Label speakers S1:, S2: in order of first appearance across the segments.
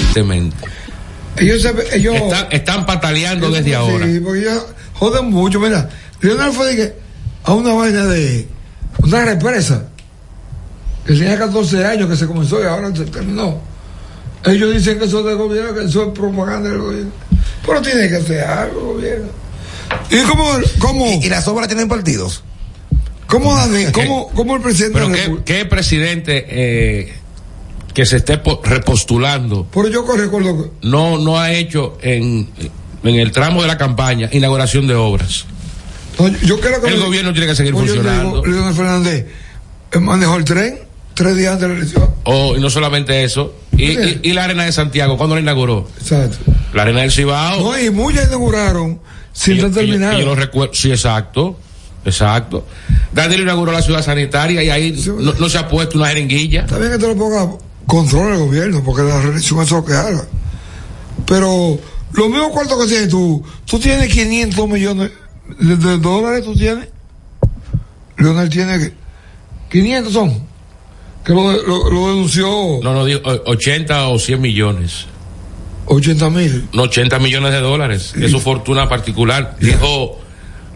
S1: tristemente.
S2: Ellos, se- ellos
S1: Están, están pataleando desde
S2: Sí,
S1: ahora.
S2: porque ellos joden mucho. Mira, Leonel fue de que a una vaina de una represa que tenía 14 años que se comenzó y ahora se terminó. Ellos dicen que eso es del gobierno, que eso es propaganda del gobierno. Pero tiene que hacer algo el gobierno. ¿Y cómo, cómo,
S3: ¿Y, y las obras tienen partidos?
S2: cómo, Dani, cómo, cómo el presidente
S1: Pero
S2: de la
S1: qué,
S2: República-
S1: qué presidente eh, que se esté po- repostulando
S2: Pero yo recuerdo que
S1: no, no ha hecho en, en el tramo de la campaña inauguración de obras.
S2: No, yo- yo creo que
S1: El gobierno tiene que seguir
S2: Pues yo te
S1: funcionando.
S2: digo, Leonel Fernández eh, manejó el tren tres días antes de la elección.
S1: Oh, y no solamente eso. Y, y- y la arena de Santiago, ¿cuándo la inauguró?
S2: Exacto.
S1: La arena del Cibao.
S2: No, y muchas inauguraron sin
S1: Y yo-
S2: estar
S1: y yo-
S2: terminado.
S1: y yo lo recuerdo, sí, exacto, exacto. Daniel inauguró la ciudad sanitaria y ahí
S2: Sí.
S1: no, no se ha puesto una jeringuilla.
S2: Está bien que te lo ponga control el gobierno, porque la religión es lo que haga. Pero los mismos cuartos que tienes tú, tú tienes 500 millones de, de dólares, tú tienes. Leonel tiene 500 son, que lo, de- lo- lo denunció
S1: No, no digo o- 80 o 100 millones.
S2: 80 mil.
S1: No, 80 millones de dólares. Es su fortuna particular. Dijo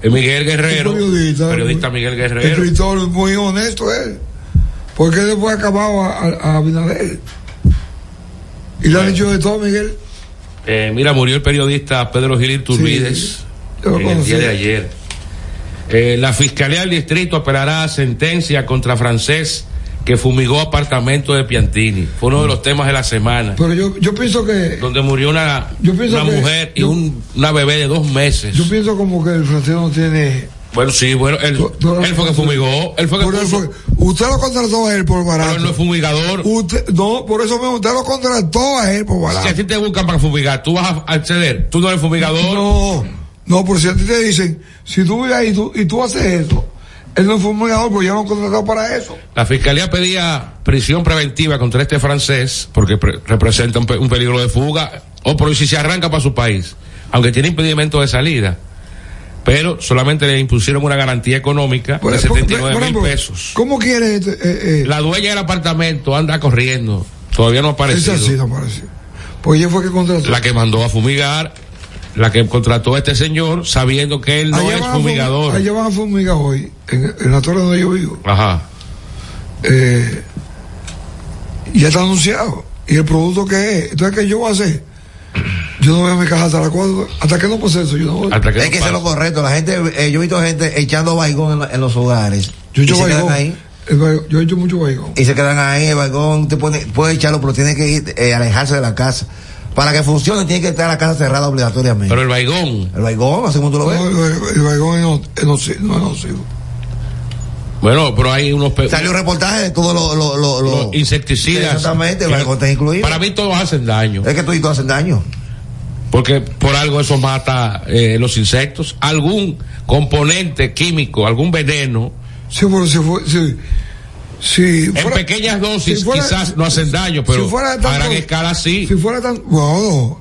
S1: eh, Miguel Guerrero,
S2: Un periodista,
S1: periodista
S2: muy-
S1: Miguel Guerrero.
S2: Escritor muy honesto él. Porque él después acabado a, a, a Abinader. Y le han dicho de todo, Miguel.
S1: Eh, mira, murió el periodista Pedro Gil Turbides
S2: yo lo
S1: en el
S2: conocí.
S1: día de ayer. Eh, la Fiscalía del Distrito apelará a sentencia contra francés que fumigó apartamento de Piantini. Fue uno de los temas de la semana,
S2: Pero yo, yo pienso que.
S1: donde murió una,
S2: Yo pienso
S1: una
S2: que-
S1: mujer y
S2: yo-
S1: un- una bebé de dos meses.
S2: Yo pienso como que el francés no tiene.
S1: bueno, sí, bueno, él,
S2: Tú- tú no-
S1: él fue que fumigó, él fue que
S2: Por él
S1: puso,
S2: fue- usted lo contrató a él por
S1: pero
S2: barato.
S1: él no es fumigador.
S2: Usted- no, por eso mismo, usted lo contrató a él por
S1: Si
S2: barato.
S1: a ti te buscan para fumigar, tú vas a acceder. Tú no eres fumigador.
S2: No, no, por si a ti te dicen, si tú vives ahí y tú, y tú haces eso, él no fue un fumigador, porque yo lo contrató para eso.
S1: La fiscalía pedía prisión preventiva contra este francés porque pre- representa un, pe- un peligro de fuga o por si se arranca para su país, aunque tiene impedimento de salida. Pero solamente le impusieron una garantía económica
S2: Por
S1: de
S2: ejemplo,
S1: 79
S2: por
S1: mil
S2: ejemplo,
S1: pesos.
S2: ¿Cómo quiere este, eh, eh,
S1: La dueña del apartamento anda corriendo, todavía no ha
S2: esa
S1: aparecido.
S2: sí no apareció? Pues ella fue que contrató.
S1: La que mandó a fumigar, la que contrató a este señor sabiendo que él no
S2: Allá
S1: es
S2: van a fum-
S1: fumigador.
S2: Allá van a fumigar hoy, en, en la torre donde yo vivo.
S1: Ajá.
S2: eh, ya está anunciado. Y el producto que es, entonces, ¿qué yo voy a hacer? Yo no voy a mi casa hasta la cuadra, hasta que no pase eso, yo no voy.
S1: Hasta que
S3: Es
S1: no
S3: que eso es lo
S1: pase.
S3: correcto. La gente, eh, yo he visto gente echando baigón en, la- en los hogares.
S2: Yo,
S3: y
S2: yo
S3: se quedan
S2: baigón.
S3: ahí.
S2: El baigón- Yo he hecho mucho baigón.
S3: Y se quedan ahí, el baigón, te pone, puede echarlo, pero tiene que ir, eh, alejarse de la casa. Para que funcione, tiene que estar la casa cerrada obligatoriamente.
S1: Pero el baigón.
S3: el baigón, así como tú lo
S2: No,
S3: ves.
S2: el, ba- el baigón es no, es noci- no es nocivo.
S1: Bueno, pero hay unos pe-
S3: Salió un reportaje de todos los lo, lo- lo-
S1: los insecticidas.
S3: Exactamente, el
S1: Que
S3: baigón está incluido.
S1: Para mí todos hacen daño,
S3: Es que tú y tú hacen daño.
S1: porque por algo eso mata eh, los insectos. Algún componente químico, algún veneno,
S2: Sí, pero si fue, si, si
S1: en
S2: fuera-
S1: pequeñas dosis
S2: si fuera-
S1: quizás no hacen daño, pero
S2: si fuera
S1: a
S2: tanto-
S1: gran escala sí.
S2: Si fuera tan. Bueno,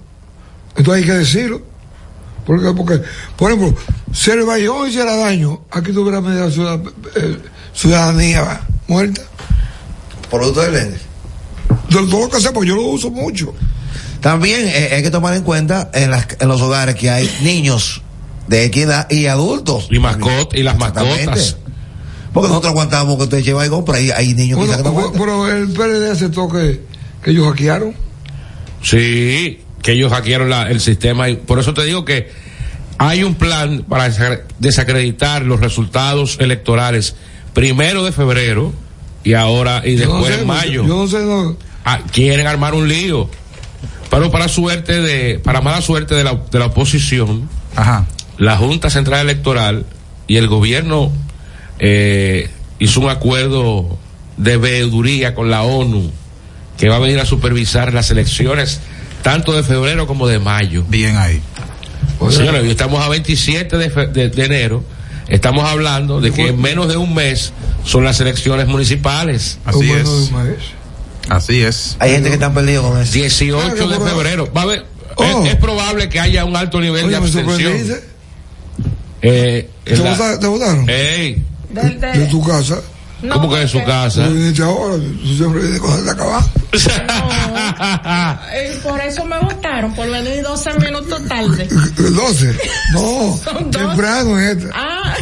S2: entonces hay que decirlo. Porque, porque, por ejemplo, si el Bayón hiciera daño, aquí tuviera media ciudad- eh, ciudadanía muerta.
S3: Producto del dengue.
S2: De todo lo que sea, porque yo lo uso mucho.
S3: También eh, hay que tomar en cuenta en, las, en los hogares que hay niños de equidad y adultos.
S1: Y mascot- y las
S3: Exactamente.
S1: mascotas.
S3: Porque nosotros aguantamos que usted lleva algo, pero ahí hay niños
S2: Bueno,
S3: quizá que no
S2: pero,
S3: aguantan.
S2: pero el PLD aceptó que, que ellos hackearon.
S1: Sí, que ellos hackearon la- el sistema. Y por eso te digo que hay un plan para desa- desacreditar los resultados electorales primero de febrero y ahora y
S2: Yo no
S1: después
S2: sé,
S1: en mayo.
S2: Yo no sé. no.
S1: Ah, quieren armar un lío. Pero para suerte de, para mala suerte de la, de la oposición,
S4: Ajá.
S1: la Junta Central Electoral y el gobierno eh, hizo un acuerdo de veeduría con la ONU que va a venir a supervisar las elecciones tanto de febrero como de mayo. Pues,
S4: Bien ahí.
S1: Señores, hoy estamos a 27 de, fe- de- de enero, estamos hablando de que en menos de un mes son las elecciones municipales.
S4: Así
S2: Humano de
S4: es.
S2: una vez.
S4: Así es.
S3: Hay gente que está perdido con eso.
S1: 18 de febrero. Va a haber-
S2: Oh.
S1: es, es probable que haya un alto nivel de
S2: Oye, me
S1: abstención.
S2: sorprendiste.
S1: Eh, en
S2: ¿Te
S1: la-
S2: vota- te votaron?
S1: Eh, Ey,
S5: Del- de-
S2: De tu casa.
S1: No, ¿Cómo que de su casa?
S2: Yo vine ahora, yo siempre vine con la cabaña.
S4: No, eh, por eso me votaron, por venir 12 minutos tarde.
S2: 12. No,
S4: Son dos.
S2: temprano eh. es esta.
S4: Ah,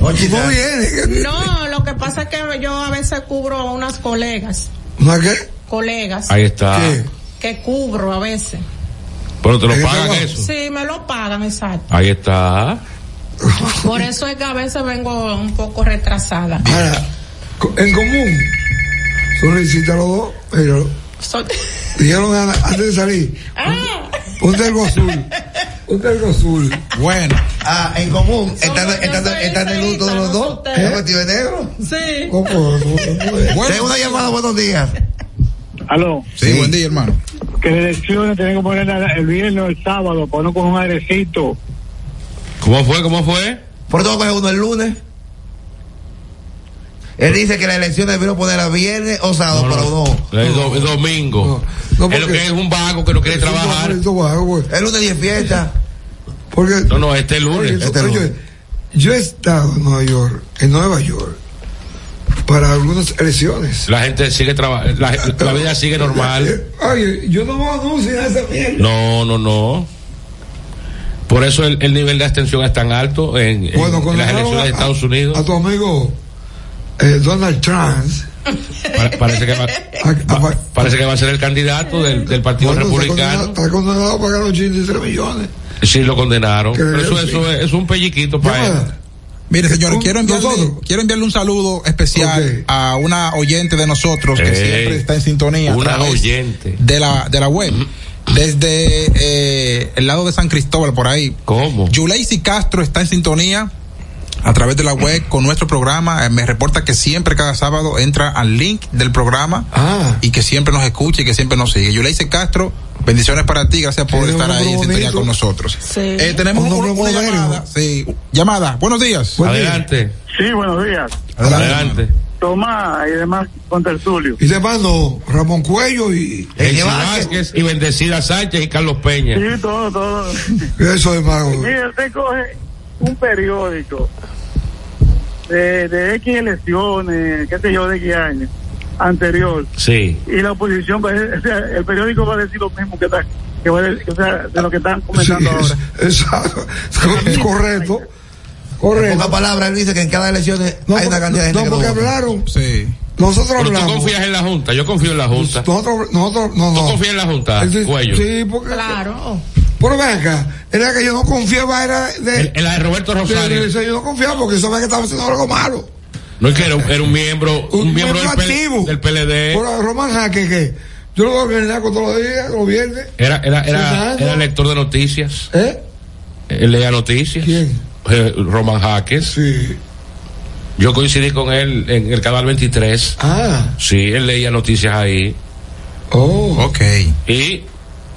S3: Oye,
S2: ¿Cómo viene?
S4: no, lo que pasa es que yo a veces cubro a unas colegas,
S2: ¿Una qué?
S4: colegas,
S1: Ahí está.
S2: ¿Qué?
S4: que cubro a veces.
S1: Pero te
S2: Ahí
S1: lo
S2: está
S1: pagan
S2: abajo.
S1: eso.
S4: Sí, me lo pagan, exacto.
S1: Ahí está.
S4: Por eso es que a veces vengo un poco retrasada.
S2: Ahora, co- en común, solicita los dos, pero
S4: Son-
S2: dijeron a- antes de salir,
S4: Ah,
S2: un telgo azul, un telgo azul.
S5: Bueno,
S3: Ah, en común.
S4: Somos-
S3: ¿Están, están,
S4: yo soy
S3: están de luto los
S4: liceísta, no
S3: dos?
S4: son ustedes.
S3: ¿Están vestidos de negro?
S4: sí.
S2: ¿Cómo- cómo- cómo es?
S5: bueno.
S3: Tengo una llamada, buenos días.
S6: Aló,
S5: Sí,
S3: Sí.
S5: buen día, hermano.
S6: que de elecciones tienen que poner la- el viernes o el sábado, para uno con un airecito.
S1: ¿Cómo fue? ¿Cómo fue?
S3: ¿Por todo coge uno el lunes? Él dice que las elecciones debieron poner a viernes o sábado,
S1: No,
S3: pero no.
S1: no, es do- es domingo.
S2: No, no,
S1: es lo
S2: porque-
S1: que es un vago que no quiere trabajar.
S2: Esto bajo, pues,
S3: El lunes 10 fiesta.
S2: Porque
S1: No, no, este lunes.
S2: Oye,
S3: Este
S2: oye,
S3: lunes.
S2: yo he estado en Nueva York, en Nueva York, para algunas elecciones.
S1: La gente sigue trabajando. La, la vida sigue normal.
S2: Oye, yo no voy a anunciar esa mierda.
S1: No, no, no. Por eso el, el nivel de abstención es tan alto en, en-
S2: Bueno,
S1: en
S2: cuando
S1: las elecciones de
S2: a-
S1: Estados
S2: A
S1: Unidos.
S2: tu amigo eh, Donald Trump.
S1: Pa- parece, que va,
S2: A, a-
S1: pa- parece que va a ser el candidato del, del Partido
S2: bueno, está
S1: Republicano.
S2: condenado- Está condenado a pagar 83 millones.
S1: Sí, lo condenaron.
S2: Que
S1: Oh, Pero eso,
S2: regrese.
S1: eso es, es un pelliquito para él.
S2: Llamada.
S5: Mire, señores,
S2: Un-
S5: quiero enviarle,
S2: nosotros.
S5: quiero enviarle un saludo especial
S2: Ok.
S5: a una oyente de nosotros que
S1: Ey,
S5: siempre está en sintonía. a
S1: una
S5: través
S1: oyente.
S5: De la, de la web. Desde eh, el lado de San Cristóbal, por ahí.
S1: ¿Cómo?
S5: Yuleisi Castro está en sintonía a través de la web con nuestro programa. Eh, me reporta que siempre, cada sábado, entra al link del programa
S2: Ah.
S5: y que siempre nos escucha y que siempre nos sigue. Yuleisi Castro, bendiciones para ti. Gracias por
S2: Tiene un
S5: estar ahí
S2: nombre
S5: en sintonía
S2: bonito.
S5: con nosotros.
S4: Sí.
S5: Eh, tenemos
S2: Un
S5: un-
S2: nombre
S5: una
S2: moderno.
S5: llamada. Sí, llamada. Buenos días.
S2: Buen día.
S1: Adelante.
S6: Sí, buenos días.
S1: Adelante.
S6: Tomás y demás con Tertulio.
S2: Y te mando Ramón Cuello y
S3: El
S1: Elsie
S3: que va a-
S1: Vázquez y Bendecida Sánchez y Carlos Peña.
S6: Sí, todo, todo.
S2: eso de mago.
S6: Mira, usted coge un periódico de, de X elecciones, qué sé yo, de X año anterior,
S1: Sí.
S6: y la oposición, va a decir- o sea, el periódico va a decir lo mismo que, está, que va a decir, o sea, de lo que están
S2: Sí,
S6: comentando ahora.
S2: es- exacto. Es correcto.
S3: En pocas
S2: Correcto.
S3: palabras, él dice que en cada elección
S2: No,
S3: hay una cantidad de gente
S2: no,
S3: que no
S2: porque
S3: vota.
S2: hablaron.
S5: Sí.
S2: Nosotros
S1: Pero tú
S2: hablamos.
S1: confías en la Junta. Yo confío en la Junta. ¿Tú
S2: Nosotros, nosotros, no, no.
S1: confías en la Junta,
S2: Él dice-
S1: Cuello?
S2: Sí, porque.
S4: Claro.
S2: Pero ven acá, era que yo no confiaba, era de.
S1: En en la de Roberto Rosario.
S2: de- de- yo no confiaba porque sabía que estaba haciendo algo malo.
S1: No es que era un, era un miembro, un, miembro del, PL
S2: activo.
S1: del PLD.
S2: Pero Román Jaque, que yo lo voy a ordenar con todos los días, los viernes.
S1: Era, era, era,
S2: Fernando.
S1: era lector de noticias.
S2: ¿Eh?
S1: Él leía noticias.
S2: ¿Quién?
S1: Eh, Roman Jaques.
S2: Sí.
S1: Yo coincidí con él en el canal 23.
S2: Ah,
S1: Sí, él leía noticias ahí.
S2: oh.
S5: Ok.
S1: Y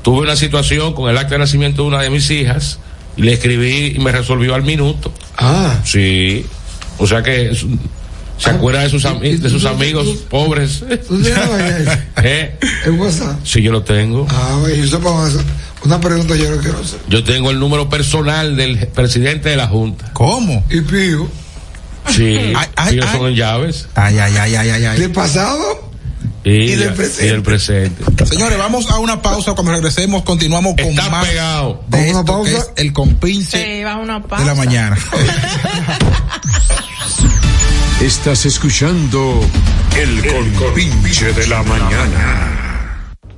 S1: tuve una situación con el acta de nacimiento de una de mis hijas. Y le escribí y me resolvió al minuto.
S2: Ah.
S1: Sí. O sea que es un- se
S2: Ah,
S1: acuerda de sus, ami-
S2: y- y-
S1: de sus
S2: y-
S1: amigos
S2: y-
S1: pobres.
S2: ¿Tú tienes la-
S1: ¿Eh?
S2: el WhatsApp?
S1: Sí, yo lo tengo.
S2: Ah, oye, yo sepa una- una pregunta yo no quiero hacer.
S1: Yo tengo el número personal del presidente de la Junta.
S5: ¿Cómo?
S2: Y Pío,
S1: Sí,
S5: Ay, ay,
S1: ellos
S5: ay.
S1: son en llaves.
S5: Ay, ay, ay, ay, ay, ay.
S2: ¿del pasado?
S1: Y,
S2: Y del presente.
S1: y del presente.
S5: Señores, vamos a una pausa. Cuando regresemos, continuamos con
S1: Está
S5: más
S1: pegado.
S5: de
S2: Vamos a una
S5: esto que
S2: pausa.
S5: es el compinche
S4: Sí, va una pausa.
S5: de la mañana.
S7: Estás escuchando el compinche de la mañana.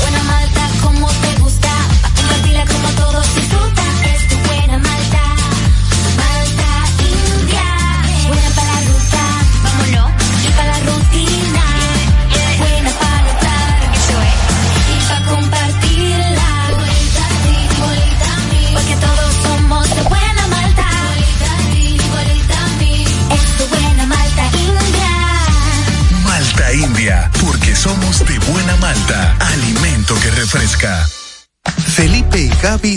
S8: buena malta, como te gusta, pa' compartirla como todos disfrutan. Es tu buena malta, malta india. Buena para la ruta, vámonos, y para la rutina. Buena para notar, eso es. Y pa' compartirla, igualita a ti, igualita a mí. Porque todos somos de buena malta, igualita a ti, igualita a mí. Es tu buena malta india.
S9: Malta India, porque somos de buena malta, alimento que refresca. Felipe y Gaby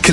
S9: Que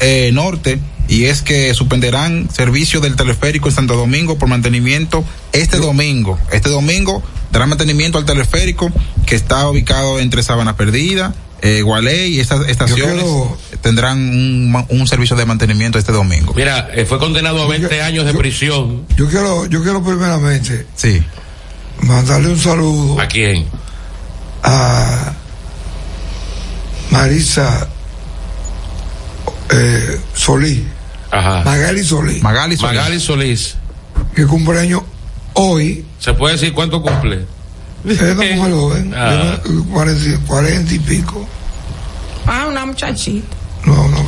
S5: eh, Norte y es que suspenderán servicio del teleférico en Santo Domingo por mantenimiento este domingo. Este domingo darán mantenimiento al teleférico que está ubicado entre Sabana Perdida, eh, Gualey y estas estaciones tendrán un, ma- un servicio de mantenimiento este domingo.
S1: Mira, eh, fue condenado a 20 años de prisión.
S2: Yo quiero, yo quiero primeramente
S5: sí.
S2: mandarle un saludo
S1: ¿A quién?
S2: a Marisa eh, Solís,
S1: Ajá.
S2: Magali Solís.
S5: Magali
S1: Solís. Ah. Magali Solís.
S2: que cumpleaños hoy.
S1: ¿Se puede decir cuánto cumple?
S2: Es una mujer joven,
S1: Ah.
S2: de una- 40, 40 y pico.
S4: Ah, una muchachita.
S2: No, no.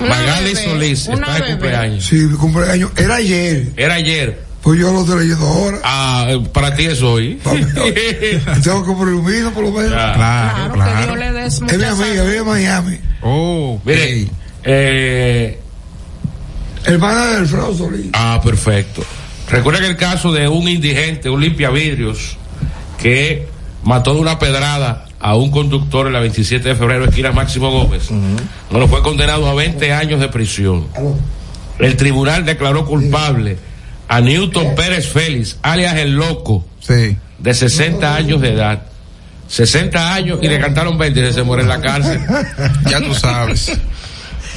S4: Una Magali bebé, Solís está una de bebé. cumpleaños.
S2: Sí, de cumpleaños. Era ayer.
S1: Era ayer.
S2: Pues yo lo estoy leyendo ahora.
S1: Ah, eh, para ti es hoy.
S2: Tengo que comprar un vino, por lo menos.
S1: Claro, Claro, que claro. Dios
S4: le des
S2: Es mi amiga, vive en Miami.
S5: Oh,
S1: mire. Eh,
S2: Hermana del Fraude Solís.
S1: Ah, perfecto. Recuerda que el caso de un indigente, un limpiavidrios, que mató de una pedrada a un conductor en la 27 de febrero, esquina Máximo Gómez. Bueno, fue condenado a 20 años de prisión. El tribunal declaró culpable a Newton Pérez Félix, alias el loco, de 60 años de edad. 60 años y le cantaron 20 y se muere en la cárcel.
S5: Ya tú sabes.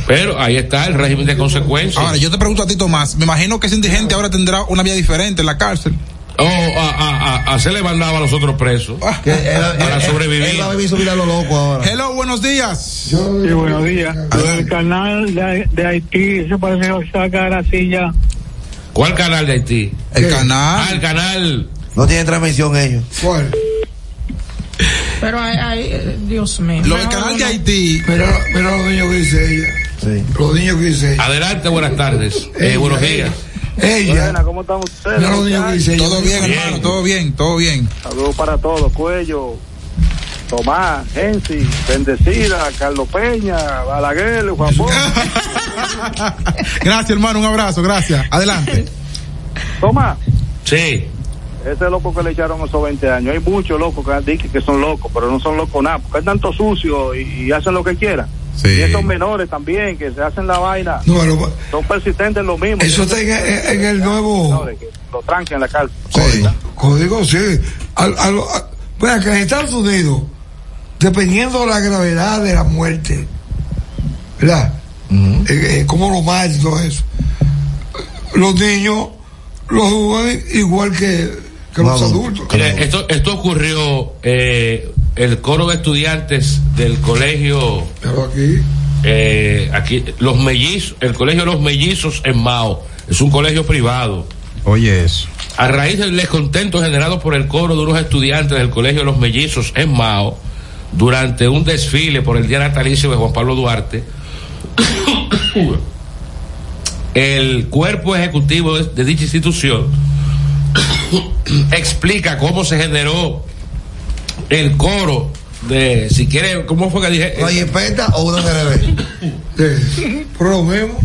S1: Pero ahí está el régimen de consecuencias.
S5: Ahora, yo te pregunto a ti, Tomás, me imagino que ese indigente ahora tendrá una vida diferente en la cárcel.
S1: Oh, a, a, a, a se le mandaba a los otros presos
S5: Ah.
S1: para sobrevivir.
S3: él va a vivir su vida a lo loco ahora.
S5: Hello, buenos días.
S6: Sí, buenos días. Lo del canal de, de Haití, eso parece que sacar así ya.
S1: ¿Cuál canal de Haití?
S5: El canal.
S1: Ah, el canal.
S3: No tiene transmisión ellos.
S2: ¿Cuál?
S4: Pero ahí, ahí, eh, Dios mío.
S2: Lo
S4: del canal de
S5: Haití.
S2: Mira, mira los niños que dice ella. Los niños que dice ella.
S1: Adelante, buenas tardes. Eh, buenos días.
S2: Ella.
S6: ¿Cómo están ustedes?
S2: Mira los niños que dice ella.
S5: Todo bien, hermano, todo bien, todo bien.
S6: Saludos para todos, Cuello, Tomás, Gensi, Bendecida, Carlos Peña, Balaguer, Juan Bosch.
S5: Gracias, hermano, un abrazo, gracias. Adelante.
S6: Tomás,
S1: Sí.
S6: ese loco que le echaron esos 20 años, hay muchos locos que dicen que son locos, pero no son locos nada, porque hay tanto sucio y, y hacen lo que quieran. Y estos menores también, que se hacen la vaina,
S2: No, lo-
S6: son persistentes en lo mismo.
S2: eso está en, en- en el nuevo
S6: Lo tranquen en la cárcel.
S2: código. Código, sí. Al- al- a- bueno, acá en Estados Unidos, dependiendo de la gravedad de la muerte, ¿verdad? Eh, eh, cómo lo matan y todo eso. Los niños los juegan igual que, que los adultos.
S1: Mira, esto, esto ocurrió eh, el coro de estudiantes del colegio.
S2: Pero aquí.
S1: eh, aquí, los mellizos, el colegio Los Mellizos en Mao. Es un colegio privado.
S5: Oye, eso.
S1: A raíz del descontento generado por el cobro de unos estudiantes del Colegio Los Mellizos en Mao, durante un desfile por el día natalicio de Juan Pablo Duarte, el cuerpo ejecutivo de, de dicha institución explica cómo se generó el coro de, si quiere, ¿cómo fue que dije?
S3: ¿Oye, peta o uno
S1: de
S2: Por lo mismo.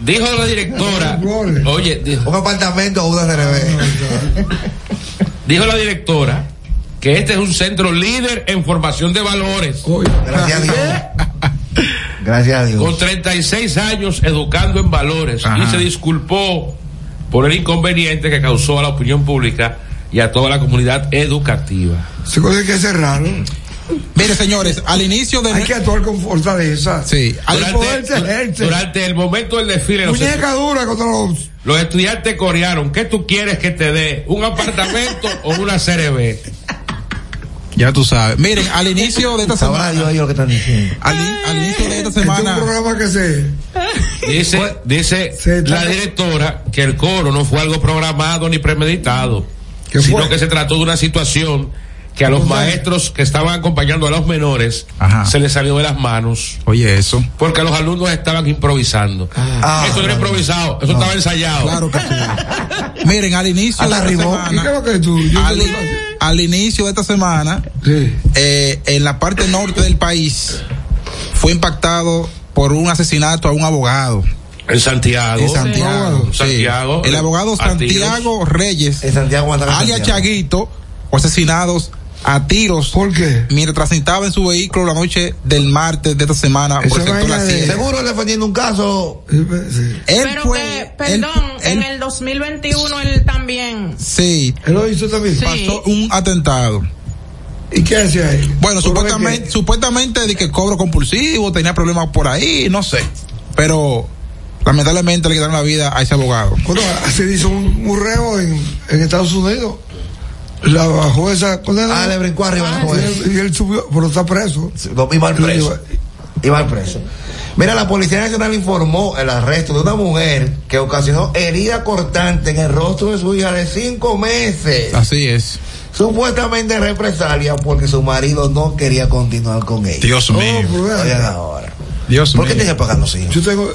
S1: Dijo la directora. Oye, dijo.
S3: Un apartamento o uno de
S1: Dijo la directora que este es un centro líder en formación de valores.
S3: Gracias a Dios. Gracias a Dios.
S1: Con 36 años educando en valores y se disculpó por el inconveniente que causó a la opinión pública y a toda la comunidad educativa.
S2: Se puede que cerrar.
S5: Mire, señores, al inicio de.
S2: Hay que actuar con fortaleza.
S5: Sí.
S2: Al
S1: Durante,
S2: poderse-
S1: durante el momento del desfile, los,
S2: Muñeca
S1: estu-
S2: dura contra los.
S1: los estudiantes corearon: ¿Qué tú quieres que te dé? ¿Un apartamento o una CRB?
S5: Ya tú sabes. Eh, Miren, al inicio de esta semana. Al, in- al inicio de esta semana.
S2: Este un programa que se.
S1: Dice, dice la directora que el coro no fue algo programado ni premeditado, sino que se trató de una situación que a los maestros que estaban acompañando a los menores se les salió de las manos.
S5: Oye, eso.
S1: Porque los alumnos estaban improvisando. eso no era improvisado, eso estaba ensayado.
S5: Ah, Claro que Miren, al inicio
S1: Hasta
S5: de esta
S1: arribó.
S5: semana.
S1: ¿Y qué es lo que tú? Yo
S5: al,
S1: te lo
S5: in- al inicio de esta semana, eh, en la parte norte del país, fue impactado por un asesinato a un abogado.
S1: En Santiago.
S5: En Santiago.
S1: Sí. Santiago.
S5: El abogado
S1: A tiros.
S5: Santiago Reyes,
S3: Santiago andaba en
S5: alias
S3: Santiago.
S5: Chaguito, fue asesinados a tiros. ¿Por qué? Mientras transitaba en su vehículo la noche del martes de esta semana por el sector Las Sierras.
S3: Seguro él defendiendo un caso.
S2: pues,
S4: Pero que, perdón, en el 2021 él también.
S5: Sí.
S2: lo hizo también.
S5: Pasó un atentado.
S2: ¿Y qué hacía él? ¿Por
S5: Bueno,
S2: qué?
S5: supuestamente, supuestamente de que cobro compulsivo, tenía problemas por ahí, no sé. Pero lamentablemente le quitaron la vida a ese abogado.
S2: Bueno, se hizo un murreo en, en Estados Unidos. La bajó esa condena.
S3: Ah, le brincó arriba la jueza.
S2: Y él, y él subió, pero está preso.
S3: No, Iba al preso. Iba al preso. Mira, la Policía Nacional informó el arresto de una mujer que ocasionó herida cortante en el rostro de su hija de cinco meses.
S5: Así es.
S3: Supuestamente en represalia porque su marido no quería continuar con ella.
S2: Oh,
S5: Dios
S3: Oh,
S5: mío.
S2: pues,
S3: Oigan ahora.
S5: Dios
S3: ¿Por qué tenía que pagar los hijos?
S2: Yo tengo,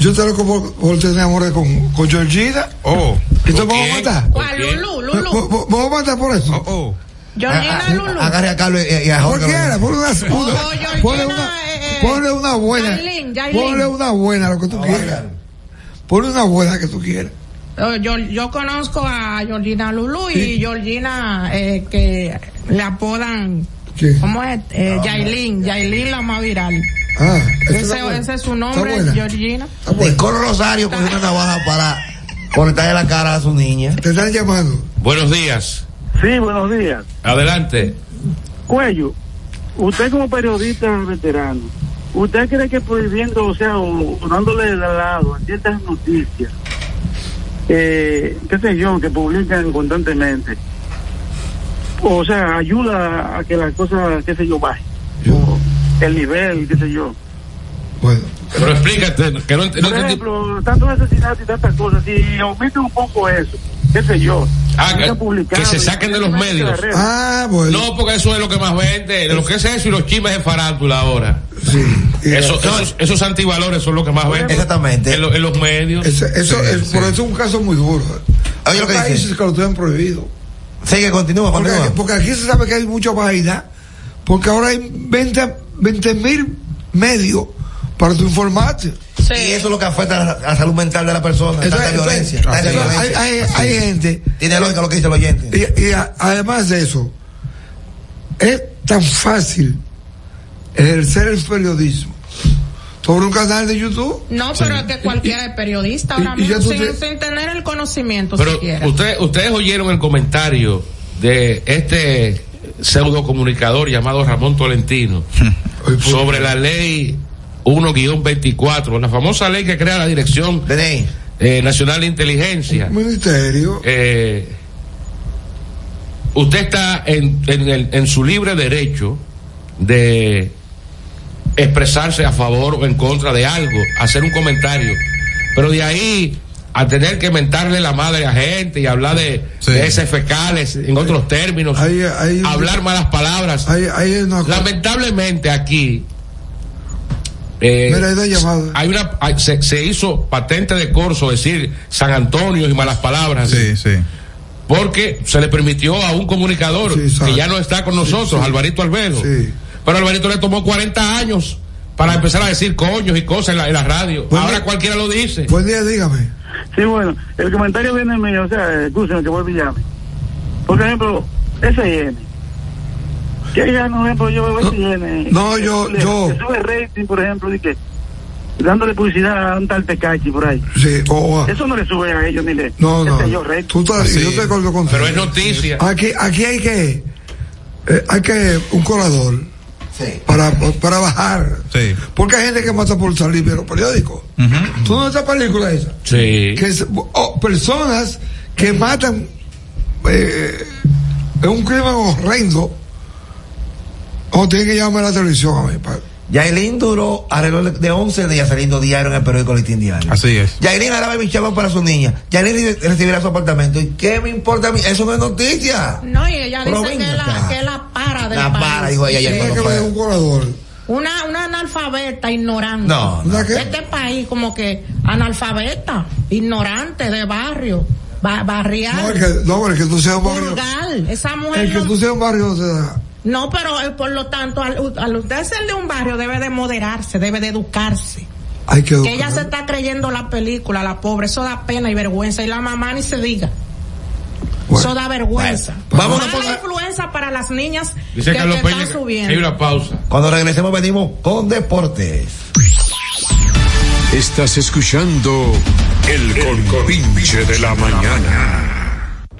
S2: yo tengo por, por tener amores con, con Georgina.
S5: Oh.
S2: ¿Y te vamos a matar?
S4: ¿Cuál? Lulu, Lulu.
S2: ¿Me- me- ¿Vamos a matar por eso?
S5: Oh,
S4: Georgina Lulu.
S3: Ah, Agarre a Carlos y, y a
S2: ¿Por
S3: Jorge.
S2: qué era? Ponle una,
S4: Oh,
S2: una-
S4: Georgina, eh,
S2: ponle una, ponle una buena.
S4: Yailin, Yailin.
S2: Ponle una buena, lo que tú quieras. Ponle una buena que tú quieras.
S4: Eh, Yo, yo conozco a Georgina Lulu y Georgina eh, que le apodan. ¿Cómo es? Eh, Yailin, Yailin la más viral.
S2: Ah,
S4: Ese, ese es su nombre,
S3: buena.
S4: Georgina.
S3: Nicolo Rosario cogió una navaja para cortarle la cara a su niña.
S2: Te están llamando.
S1: Buenos días.
S10: Sí, buenos días.
S1: Adelante.
S10: Cuello, usted como periodista veterano, ¿usted cree que prohibiendo, o sea, o, o dándole de lado a ciertas noticias, eh, qué sé yo, que publican constantemente, o sea, ayuda a que las cosas, qué sé yo, bajen? O el nivel, qué sé yo.
S1: Pero explícate, que no, ent- no
S10: Por
S1: entendí-
S10: ejemplo, tanto asesinato y tantas cosas, si aumenta un poco eso, qué sé yo.
S1: Ah,
S10: está
S1: que-
S10: publicado,
S1: que se saquen de los
S10: y-
S1: medios.
S2: Ah, bueno.
S1: No, porque eso es lo que más vende, de lo que es eso y los chismes de farándula ahora. Eso- esos, esos antivalores son los que más venden.
S3: Exactamente.
S1: En, lo- en los medios.
S2: Eso, eso es, Por eso es un caso muy duro.
S3: Oye, lo
S2: Hay
S3: que dice.
S2: países que lo tienen prohibido.
S3: Sí, que continúa,
S2: porque,
S3: continúa.
S2: porque aquí se sabe que hay mucha vaina, porque ahora hay 20 mil medios para tu informarte.
S3: Y eso es lo que afecta a la, a la salud mental de la persona.
S2: Eso
S3: tanta
S2: es- eso es-
S3: violencia.
S2: eso es-
S3: tanta
S2: hay,
S3: violencia.
S2: hay-
S3: Así
S2: hay
S3: es.
S2: gente.
S3: Tiene lógica lo que dice el oyente.
S2: Y, ah, y a- además de eso, es tan fácil ejercer el periodismo sobre un canal de YouTube.
S4: No, pero es que cualquiera es periodista ahora
S2: y- y ya
S4: mismo,
S2: tú
S4: sin,
S2: te-
S4: sin tener el conocimiento
S1: Pero
S4: siquiera.
S1: usted- ustedes oyeron el comentario de este pseudo comunicador llamado Ramón Tolentino sobre la ley 1-24, la famosa ley que crea la Dirección eh, Nacional de Inteligencia.
S2: Ministerio.
S1: Eh, usted está en, en el- en su libre derecho de expresarse a favor o en contra de algo, hacer un comentario. Pero de ahí a tener que mentarle la madre a gente y hablar de, de heces fecales en otros términos, hablar malas palabras. Lamentablemente aquí eh,
S2: Mira, ahí da llamada.
S1: hay una, hay- se, se hizo patente de corso, es decir, San Antonio y malas palabras.
S5: Sí, sí.
S1: Porque se le permitió a un comunicador que ya no está con nosotros, Alvarito Albedo. Pero a Alvarito le tomó 40 años
S2: Ah.
S1: para empezar a decir coños y cosas en la, en la radio. Ahora cualquiera lo dice.
S2: Buen día, dígame.
S10: Sí, bueno, el comentario viene mío, o sea, escúchame que vuelvo y llame. Por ejemplo, ese Que ya, por ejemplo, yo veo SN.
S2: no,
S10: que
S2: yo-
S10: sube-
S2: yo-
S10: que Sube rating, por ejemplo, y que dándole publicidad a un tal Tecachi por ahí.
S2: Sí, o-
S10: Eso no le sube a ellos ni le.
S2: No,
S6: Este
S10: qué
S2: no.
S10: sé yo, rating.
S2: Tú estás, yo estoy de acuerdo contigo.
S1: Pero es noticia.
S2: Aquí, aquí hay que, eh, hay que un colador para, para bajar.
S5: Sí.
S2: Porque hay gente que mata por salir de los periódicos. ¿Tú no ves esa película esa?
S1: Mm. Sí.
S2: Que es- o personas que matan eh, es un crimen horrendo. O tienen que llamarme a la televisión a mí. pa-
S3: Yailin duró alrededor de 11 días saliendo diario en el periódico Listín Diario.
S5: Así es.
S3: Yailin hará mi chavo para su niña. Yailin re- recibirá su apartamento. ¿Y qué me importa a mí? Eso no es noticia.
S4: No, y ella
S3: Pero
S4: dice
S3: venga
S4: que es la,
S3: acá.
S4: que es la para del
S3: La
S4: país.
S3: para, dijo ella. ayer
S4: Sí.
S3: cuando fue.
S4: Una, una analfabeta ignorante.
S3: No, no. ¿Una qué?
S4: Este país como que analfabeta, ignorante de barrio, ba- barrial.
S2: No, es que, no, pero es que tú seas un barrio.
S4: vulgar. Esa mujer
S2: El que
S4: no-
S2: tú seas un barrio no te da.
S4: No, pero eh, por lo tanto, al, al usted ser de un barrio debe de moderarse, debe de educarse.
S2: Hay que
S4: Que ella se está creyendo la película, la pobre, eso da pena y vergüenza. Y la mamá ni se diga. eso da vergüenza.
S2: pues
S3: Vámonos
S4: Mala influencia para las niñas
S3: Dice
S4: que,
S3: Carlos
S4: que
S3: Peña
S4: están
S3: que-
S4: subiendo.
S3: hay
S1: una pausa.
S3: Cuando regresemos venimos con deportes.
S7: Estás escuchando el, compinche de la mañana.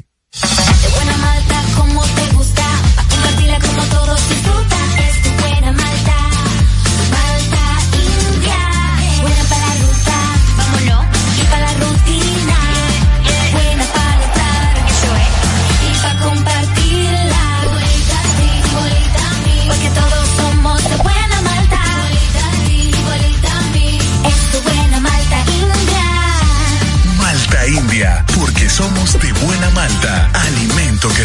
S8: De buena malta como te gusta, pa' compartirla como todos disfrutan. Es tu buena malta, malta india. Buena para la ruta, vámonos, y para la rutina. Buena para estar, eso es. eh, Y para compartirla. Igualita a ti, igualita a mí. Porque todos somos de buena malta. Igualita a ti, igualita a mí. Es tu buena malta india.
S9: Malta India, porque somos de buena malta, alimento que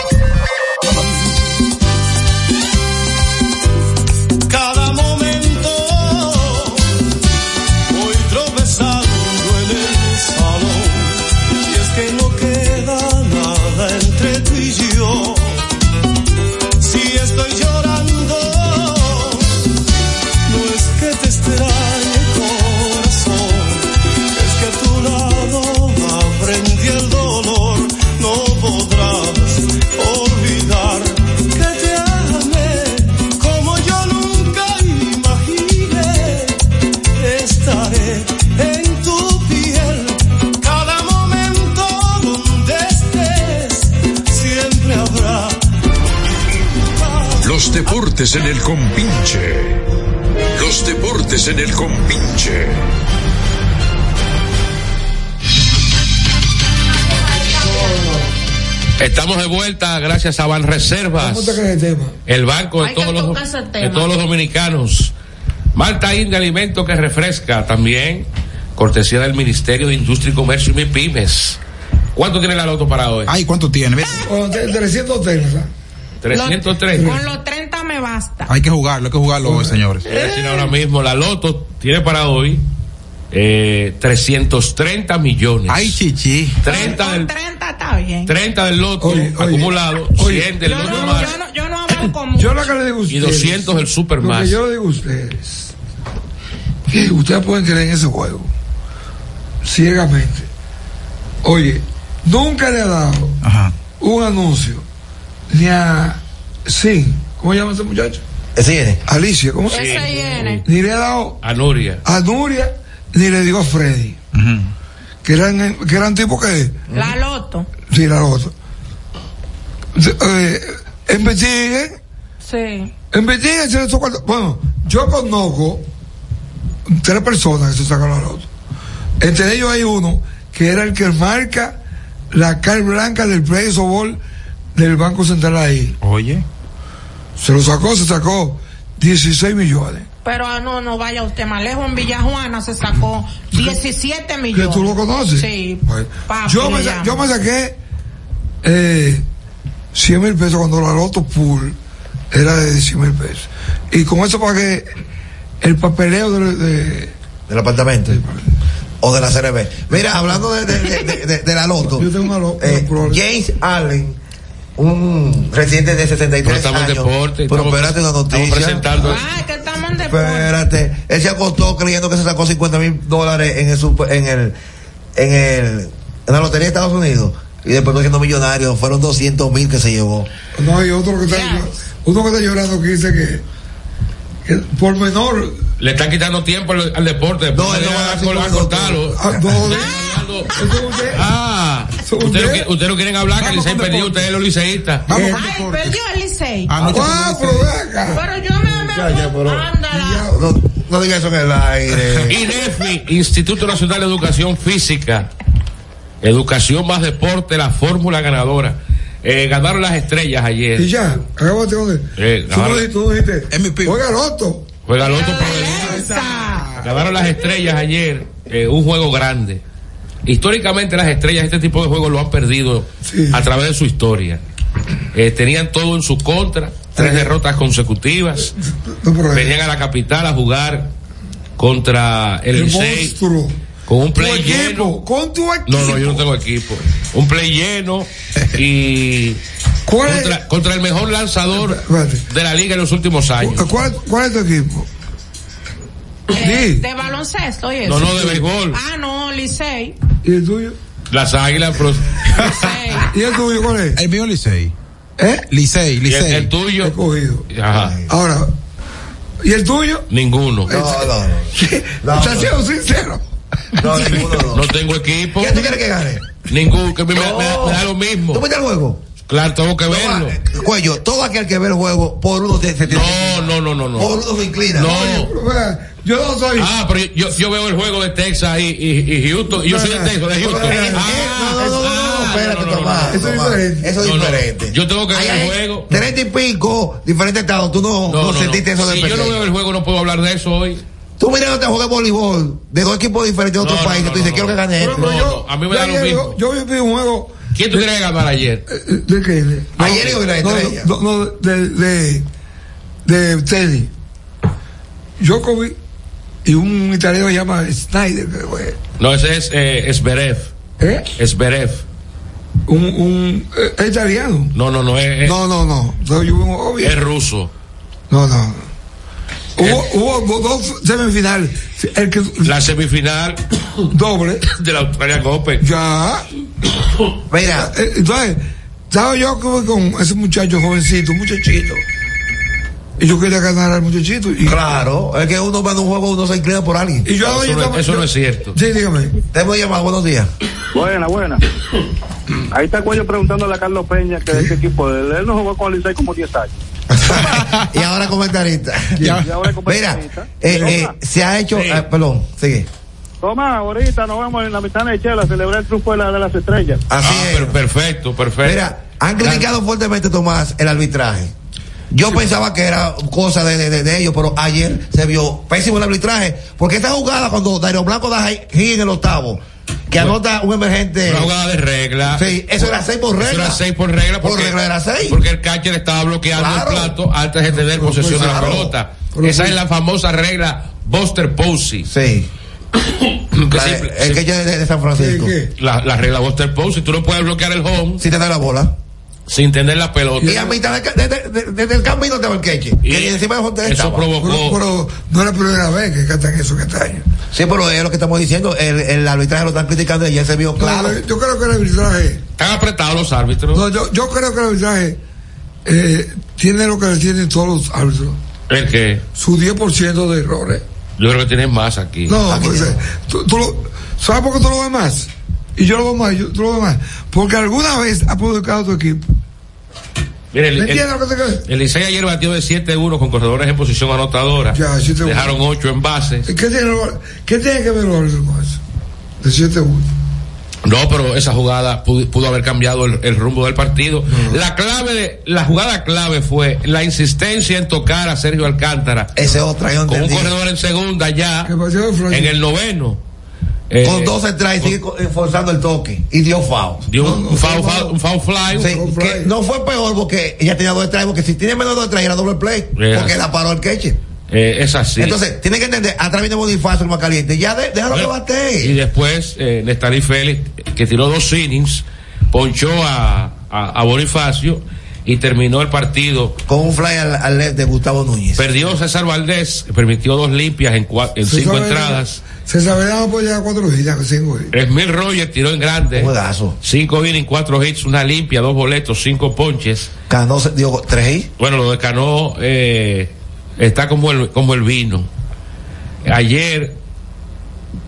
S11: Cada momento voy tropezando en el salón. Y es que no queda nada entre tú y yo. Si estoy llorando, no es que te extrañe corazón. Es que a tu lado aprendí el dolor. No podrás
S7: Los deportes en el compinche. Los deportes en el compinche.
S1: Estamos de vuelta gracias a Banreservas.
S2: ¿Cómo te cae el tema?
S1: El banco de
S4: Hay que
S1: todos, los,
S4: tocar ese
S1: de
S4: tema.
S1: todos los dominicanos. Malta India, alimento que refresca también. Cortesía del Ministerio de Industria y Comercio y MIPIMES. ¿Cuánto tiene la loto para hoy?
S5: Ay, ¿cuánto tiene?
S2: Con 300 tenis.
S1: 303.
S4: Con los 30 me basta.
S5: Hay que jugarlo, hay que jugarlo hoy, señores.
S1: Es decir, ahora mismo la loto tiene para hoy eh, 330 millones. Ay,
S5: chichi.
S1: 30 del,
S4: Está bien.
S1: 30 del loto acumulado, 100 del loto más.
S4: Yo no, yo no hablo con
S2: Yo lo que le digo a
S1: Y
S2: ustedes.
S1: 200 el super
S2: Lo
S1: más.
S2: que yo le digo a ustedes. Que ustedes pueden creer en ese juego. Ciegamente. Oye, nunca le ha dado un anuncio ni a. Sí, ¿cómo se llama ese muchacho? Alicia, ¿cómo se llama?
S4: viene.
S2: Ni le ha dado
S1: A Nuria.
S2: a Nuria ni le digo a Freddy. Que eran, que eran tipos que.
S4: La loto.
S2: Sí, la otra. Eh, investiguen,
S4: Sí.
S2: investiguen si esos cuartos- Bueno, yo conozco tres personas que se sacaron la loto. Entre ellos hay uno que era el que marca la cal blanca del play sobol del Banco Central ahí.
S5: Oye.
S2: Se lo sacó, se sacó 16 millones.
S4: Pero ah, no, no vaya usted más lejos. En Villajuana se sacó 17 millones.
S2: tú lo conoces?
S4: Sí.
S2: Bueno,
S4: papi,
S2: yo, me,
S4: le
S2: sa-
S4: llamo.
S2: yo me saqué eh, 100 mil pesos cuando la Loto Pool era de 10 mil pesos. Y con eso pagué el papeleo de, de-
S3: del apartamento o de la CRB. Mira, hablando de, de- de- de- de- de la Loto, eh, James Allen, un residente de 63
S1: estamos en
S3: años,
S1: deporte,
S3: pero
S1: estamos-
S3: espérate una
S1: estamos
S3: noticia.
S1: presentando-
S4: Ah, que estamos en deporte.
S3: Espérate, él se acostó creyendo que se sacó 50 mil dólares en el, super- en el en el en la lotería de Estados Unidos y después siendo millonario, fueron 200 mil que se llevó.
S2: No, hay otro que está, uno que está llorando que dice que, que por menor.
S1: Le están quitando tiempo al, al deporte. No, no van a, col- a cortarlo. Ah, ustedes no, qui- ustedes no quieren hablar que Licey perdió, ustedes los liceístas.
S3: Eh,
S4: Ay, perdió el Licey.
S1: Ah, no,
S4: Ah,
S1: pero
S4: Pero yo me. me Ándala.
S3: No, no digas eso en el aire.
S1: INEFI, Instituto Nacional de Educación Física. Educación más deporte, la fórmula ganadora. Eh, ganaron las estrellas ayer.
S2: Y ya, acabo de decir.
S1: Eh,
S2: Tú no
S1: ganaron,
S2: dijiste, tú no dijiste, Oiga, Loto.
S1: juega el otro, pero- ganaron las estrellas ayer. eh, un juego grande. Históricamente las estrellas, este tipo de juegos lo han perdido a través de su historia. Eh, tenían todo en su contra, tres derrotas consecutivas. Venían a la capital a jugar contra el,
S2: El
S1: Licey,
S2: monstruo.
S1: con un play
S2: Tu
S1: lleno.
S2: equipo, con tu equipo.
S1: No, no, yo no tengo equipo. Un play lleno y contra, contra el mejor lanzador de la liga en los últimos años.
S2: ¿Cuál, cuál es tu equipo?
S4: Eh, de baloncesto y
S1: No,
S4: eso.
S1: no, de béisbol.
S4: Ah, no, Licey.
S2: ¿Y el tuyo?
S1: Las águilas. pero-
S2: ¿Y el tuyo cuál es?
S5: El mío Licey.
S2: ¿Eh?
S5: Licey,
S1: ¿Y el,
S5: Licey.
S1: el tuyo? Ajá.
S2: Ahora, ¿y el tuyo? Este,
S1: Ninguno.
S3: No, no,
S2: no. ¿Estás siendo sincero?
S3: No, ninguno. No.
S1: tengo equipo.
S3: ¿Quién tú quieres que gane?
S1: Ninguno, que me, me- me da lo mismo.
S3: ¿Tú viste el juego?
S1: Claro, tengo que verlo.
S3: Cuello, todo aquel que ve el juego por uno se, se tiene
S1: No, no, no, no, no.
S3: Por uno se inclina.
S1: No.
S2: Yo no soy.
S1: Ah, pero yo, yo veo el juego de Texas y, y, y Houston. Y yo soy de Texas, de Houston. Ah,
S3: No, no, no, no, no, espérate, Tomás. Eso es diferente. Eso es
S1: no, no.
S3: diferente.
S1: Yo tengo que ver el juego.
S3: Treinta y pico, diferentes estados. Tú no, no,
S1: No, no, no.
S3: sentiste eso de
S1: Si yo no
S3: pequeño.
S1: veo el juego, no puedo hablar de eso hoy.
S3: Tú mirándote a jugar voleibol de dos equipos diferentes de otro país. que tú dices, quiero que gane este.
S1: No, no, a mí me da lo mismo.
S2: Yo vi un juego.
S1: ¿Quién tú crees que ganar ayer?
S3: Eh,
S2: ¿De qué? De-
S1: Ayer y hoy la
S2: no,
S1: estrella.
S2: No, no, de, de, de tenis. Djokovic y un italiano que se llama Snyder, creo que es.
S1: No, ese es eh, Zverev.
S2: ¿Eh?
S1: Zverev.
S2: Un, un eh, ¿es italiano.
S1: No, no, no es. es-
S2: No, no, no. No, yo- obvio.
S1: Es ruso. Eh,
S2: no, no. Hubo, hubo dos semifinales. El que,
S1: La semifinal
S2: doble
S1: de la Australia Open.
S2: Ya.
S3: Mira.
S2: Eh, Entonces, estaba yo como con ese muchacho jovencito, un muchachito. Y yo quería ganar al muchachito. Y
S3: Claro, es que uno va a un juego, uno se inclina por alguien.
S2: Y yo Eso ahorita- no es- eso no
S1: es cierto.
S2: Sí, dígame.
S3: Te voy a llamar, buenos días.
S6: Buena, buena. Ahí está Cuello preguntándole a Carlos Peña que de qué equipo es. Él no jugó con el Licey como 10 años.
S3: y ahora comentarista.
S6: Y ahora
S3: Mira,
S6: comentarista.
S3: eh, eh, se ha hecho. ah, perdón, sigue.
S6: Toma, ahorita nos vamos en la mitad de Chela a celebrar el triunfo de, la, de las estrellas.
S3: Así
S1: Ah, per- perfecto, perfecto.
S3: Mira, han criticado fuertemente, Tomás, el arbitraje. Yo pensaba que era cosa de, de- de ellos, pero ayer se vio pésimo el arbitraje. Porque esta jugada cuando Dario Blanco da hit en el octavo, que anota un emergente.
S1: Una jugada de regla.
S3: Sí, eso era seis por
S1: Eso
S3: regla.
S1: era seis por regla.
S3: Por
S1: Porque,
S3: regla era seis.
S1: Porque el catcher estaba bloqueando el plato antes de tener posesión de la
S3: claro.
S1: pelota. Esa es la famosa regla Buster Posey.
S3: Sí. La de- el que de, de San Francisco.
S1: La, la regla Buster Posey. Tú no puedes bloquear el home.
S3: Sin tener la bola.
S1: Sin tener la pelota.
S3: Y a mitad del ca- de- de- de- de- del camino estaba el queche.
S1: Y
S3: que encima de Jorge
S1: eso
S3: estaba.
S1: provocó-
S2: Pero, pero no es la primera vez que cantan eso que está año.
S3: Sí, pero es lo que estamos diciendo. El, el arbitraje lo están criticando y ya se vio claro.
S2: Eh, Yo creo que el arbitraje.
S1: Están apretados los árbitros.
S2: No, yo, yo creo que el arbitraje eh, tiene lo que le tienen todos los árbitros:
S1: El que
S2: su 10% de errores.
S1: yo creo que tienen más aquí.
S2: No,
S1: Aquí
S2: pues, eh, tú, tú lo- ¿sabes por qué tú lo ves más? Y yo lo veo más, yo, tú lo ves más. Porque alguna vez ha provocado tu equipo.
S1: Mira, el,
S2: ¿Me
S1: el,
S2: entiendes lo que te quiero decir?
S1: el Licey ayer batió de 7-1 con corredores en posición anotadora.
S2: Ya, 7-1.
S1: Dejaron 8 en base.
S2: ¿Qué tiene, qué tiene que ver los árbitros con eso? De 7-1.
S1: No, pero esa jugada pudo, pudo haber cambiado el, el rumbo del partido. La clave, de- la jugada clave fue la insistencia en tocar a Sergio Alcántara.
S3: Ese otra, yo
S1: Con un
S3: entendí.
S1: corredor en segunda ya. En el noveno. Eh,
S3: Con dos strikes sigue co- eh, forzando el toque. Y dio foul.
S1: Dio un foul- foul- un foul fly.
S3: Sí, que no fue peor porque ella tenía dos strikes. Porque si tiene menos de dos strikes era doble play.
S1: Yeah.
S3: Porque la paró el queche.
S1: eh, es así.
S3: Entonces, tienen que entender, atrás viene Bonifacio el más caliente. Ya de- déjalo que bate.
S1: Y después, eh, Nestalí Félix, que tiró dos innings, ponchó a, a- a Bonifacio y terminó el partido.
S3: Con un fly al, al left de Gustavo Núñez.
S1: Perdió César Valdés, que permitió dos limpias en, cua- en
S2: Se
S1: cinco
S2: sabe-
S1: entradas.
S2: Se sabe no puede llegar a cuatro giras, cinco giras.
S1: Esmil Rogers tiró en grande. Cinco innings, cuatro hits, una limpia, dos boletos, cinco ponches.
S3: Cano se dio tres hits.
S1: Bueno, lo de Cano eh, está como el, como el vino. Ayer,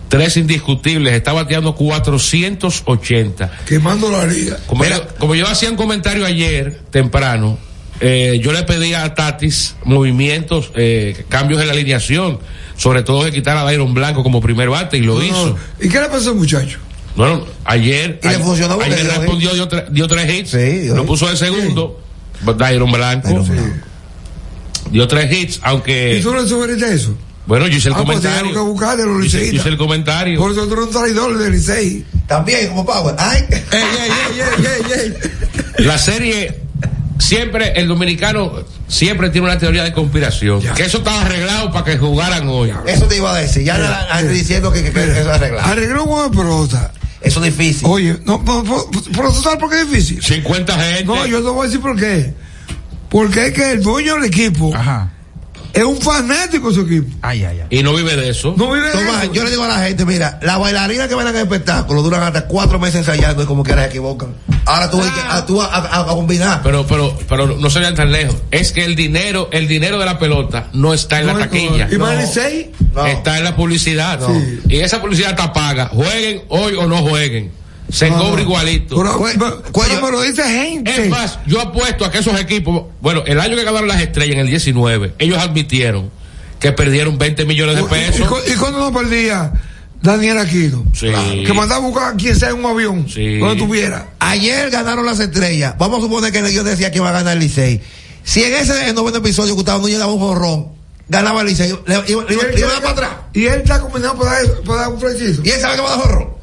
S1: tres indiscutibles, está bateando 480.
S2: Quemando la liga.
S1: Como, yo, como yo hacía un comentario ayer, temprano, eh, yo le pedía a Tatis movimientos, eh, cambios en la alineación, sobre todo de quitar a Dairon Blanco como primer bate, y lo hizo.
S2: ¿Y qué le pasó al muchacho?
S1: Bueno, ayer,
S2: Y le
S1: ayer-
S2: funcionó porque
S1: ayer
S2: le dio
S1: respondió, dio, tre- dio tres hits, lo puso de segundo, Dairon Blanco, dio tres hits, aunque...
S2: ¿Y tú no sugeriste eso?
S1: Bueno, yo hice el
S2: Ah, pues,
S1: comentario.
S2: tenemos que buscar de los
S1: Yo hice- yo
S2: liceístas.
S1: hice el comentario.
S2: Por eso tú eres un traidor del Licey.
S3: También, como Power. Ay.
S2: Ey, ey, ey, ey, ey, ey.
S1: La serie, siempre, el dominicano siempre tiene una teoría de conspiración. Que eso estaba arreglado para que jugaran hoy.
S3: Eso te iba a decir. Ya la- la- diciendo que, que- que eso arregla.
S2: Arregló un juego de pelota.
S3: Eso es difícil.
S2: Oye, no, por, por, por eso sabes por qué es difícil.
S1: 50 gente.
S2: No, yo te voy a decir por qué. Porque es que el dueño del equipo es un fanático de su equipo.
S5: Ay, ay, ay.
S1: Y no vive de eso.
S2: No vive de
S3: Tomás,
S2: eso.
S3: yo le digo a la gente, mira, las bailarinas que bailan en espectáculo duran hasta cuatro meses ensayando y como quiera se equivocan. Ahora tú, ves que- ah, tú a, a- a combinar.
S1: Pero, pero, pero no se vean tan lejos. Es que el dinero, el dinero de la pelota no está en
S3: No,
S1: la taquilla.
S3: y más
S1: No.
S3: Licey. No.
S1: Está en la publicidad. Y esa publicidad está paga. Jueguen hoy o no jueguen. Se
S2: No,
S1: cobra
S2: no.
S1: igualito.
S2: Pero, pero- pero- pero dice gente.
S1: Es más, yo apuesto a que esos equipos, bueno, el año que ganaron las estrellas en el 19, ellos admitieron que perdieron 20 millones de
S2: ¿Y,
S1: pesos.
S2: cu- y cuando no perdía Daniel Aquino?
S1: Sí.
S2: Que mandaba a buscar a quien sea en un avión.
S1: Sí.
S2: Donde tuviera.
S3: Ayer ganaron las estrellas. Vamos a suponer que yo decía que iba a ganar el Licey. Si en ese en noveno episodio Gustavo Núñez daba un jorrón, ganaba el Licey, le, iba, le iba- le iba a dar para atrás.
S2: Y él está combinado para dar, para dar un Ah. flechizo.
S3: Y él sabe que va a dar jorrón.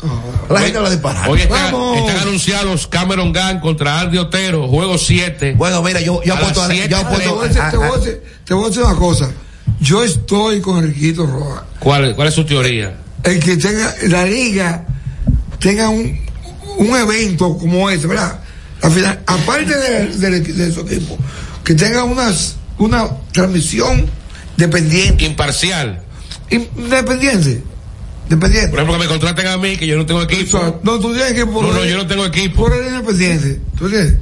S3: La gente habla de disparar.
S1: Hoy están, están anunciados Cameron Gunn contra Andy Otero, juego 7.
S3: Bueno, mira, yo, yo
S1: A
S3: apuesto
S1: las
S3: a-
S1: siete,
S3: yo
S2: Te
S3: apuesto
S2: voy a decir- te voy
S3: ah.
S2: a decir- te voy a decir una cosa. Yo estoy con Riquito Rojas.
S1: ¿Cuál, ¿Cuál es su teoría?
S2: el que tenga la liga tenga un, un evento como ese, ¿verdad? Al final, aparte de, de, de su equipo, que tenga unas, una transmisión dependiente.
S1: Imparcial.
S2: Independiente. Dependiente.
S1: Por ejemplo, que me contraten a mí, que yo no tengo equipo.
S2: No, tú tienes que
S1: No, no, yo no tengo equipo.
S2: Por el independiente. ¿Tú entiendes?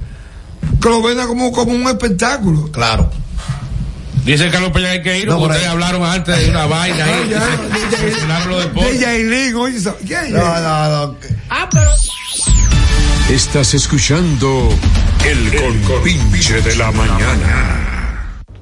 S2: Que lo venda como, como un espectáculo.
S3: Claro.
S1: Dice Carlos Peña que hay que ir, porque ustedes hablaron antes de una vaina. ahí,
S2: Ah, ya,
S1: que se- mencionaron los deportes.
S2: De Yailin, oye, ¿sabes? ¿Qué es
S3: No, no, no.
S4: Ah, pero.
S7: Estás escuchando el compinche de la mañana.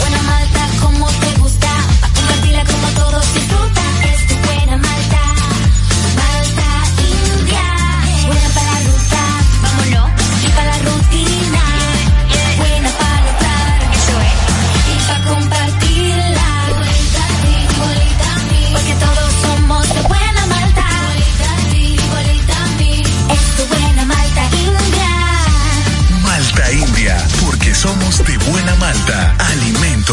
S8: buena malta como te gusta, pa' compartirla como todos disfrutan. Es tu buena malta, malta india. Buena para la ruta, vámonos, y para la rutina. Buena para notar, eso es. Y para compartirla, igualita a ti, igualita a mí. Porque todos somos de buena malta, igualita a ti, igualita a mí. Es tu buena malta india.
S9: Malta India, porque somos de buena malta, alimento